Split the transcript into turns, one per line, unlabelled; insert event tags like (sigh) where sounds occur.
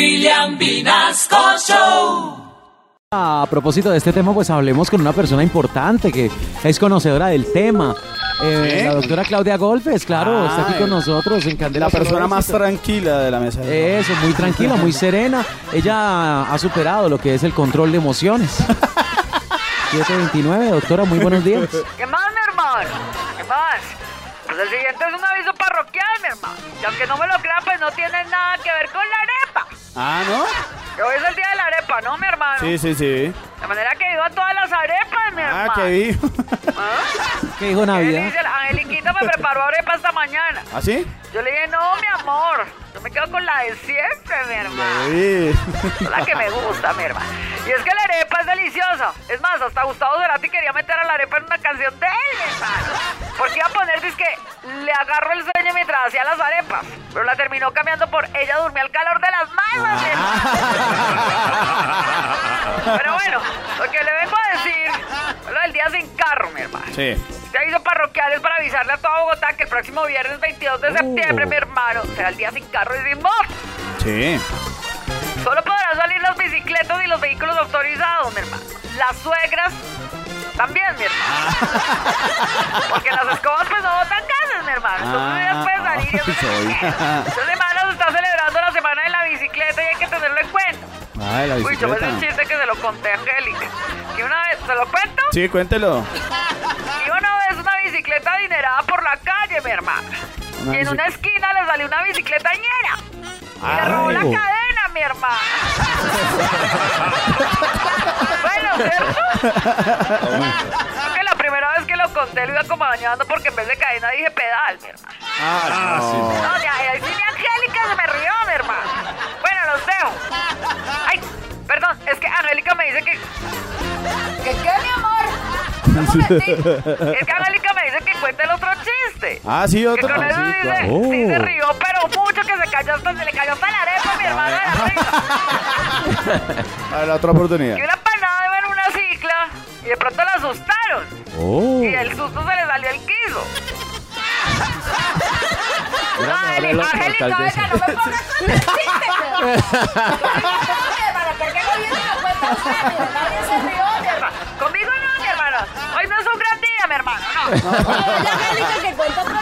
William Vinasco Show.
A propósito de este tema, pues hablemos con una persona importante que es conocedora del tema. Eh, La doctora Claudia Golfes, claro,
Ah,
está aquí con
eh,
nosotros en Candela.
La persona
Solo
más
Éxito.
tranquila de la mesa.
Eso, muy tranquila, muy serena. Ella ha superado lo que es el control de emociones.
(laughs)
729, doctora, muy buenos días.
¿Qué más, mi hermano? ¿Qué más? Pues el siguiente es un aviso parroquial, mi hermano. Y aunque no me lo crean, pues no tiene nada que ver con la arepa.
Ah, ¿no?
Que hoy es el día de la arepa, ¿no, mi hermano?
Sí, sí, sí.
De manera que viva todas las arepas, mi
Ah,
hermano. ¿Ah?
qué vi. (laughs)
¿Qué dijo
¿Qué
Navidad?
dice? La Angeliquita me preparó arepa esta mañana.
¿Ah, sí?
Yo le dije, no, mi amor. Yo me quedo con la de siempre, mi hermano.
Sí.
La que me gusta, mi hermano. Y es que la arepa es deliciosa. Es más, hasta Gustavo Cerati quería meter a la arepa en una canción de él, mi hermano. Porque iba a poner, dice que le agarro el sueño mientras hacía las arepas. Pero la terminó cambiando por ella durmió al calor de las manos, mi hermano. Pero bueno, lo que le vengo a decir, lo del día sin carro, mi hermano.
(laughs) Sí.
Te aviso parroquial es para avisarle a toda Bogotá que el próximo viernes 22 de septiembre, mi hermano, será el día sin carro y sin moto.
Sí.
Solo podrán salir las bicicletas y los vehículos autorizados, mi hermano. Las suegras también,
(laughs)
mi hermano. Porque las escobas pues no botan gases, mi hermano.
Ah,
Entonces ellas pueden salir. yo no sé
soy.
qué. Esta semana se está celebrando la semana de la bicicleta y hay que tenerlo en cuenta.
Ay, la
Uy, yo me hice
bicicleta.
un chiste que se lo conté a Angélica. Que una vez, ¿se lo cuento?
Sí, cuéntelo.
Iba una vez una bicicleta adinerada por la calle, mi hermano.
Una
y en
bici-
una esquina le salió una bicicleta ñera. Y le
Ay.
robó la cadena, mi hermano. bueno, ¿cierto? Creo que la primera vez que lo conté lo iba acompañando porque en vez de cadena dije pedal, mi hermano.
Ah,
No, de ahí ahí sí mi Angélica se me rió, mi hermano. Bueno, los dejo. Ay, perdón, es que Angélica me dice que... ¿Que qué, mi amor? No me metí. Es que Angélica me dice que cuente el otro chiste.
Ah, sí,
Que
otro.
con eso
Sí,
dice,
claro.
sí se rió, pero mucho que se cayó hasta se le cayó hasta la arepa, mi hermano. de la risa.
A la otra oportunidad.
Y una panada iba en una cicla y de pronto la asustaron.
Oh.
Y el susto se le salió el quiso. Ay,
novela
Angélica,
total de
venga, no me pongas con el chiste, pero-
(laughs)
Conmigo no, mi hermano. Hoy no es un gran día, mi hermano, no.
Oye, Angélica, que cuenta otro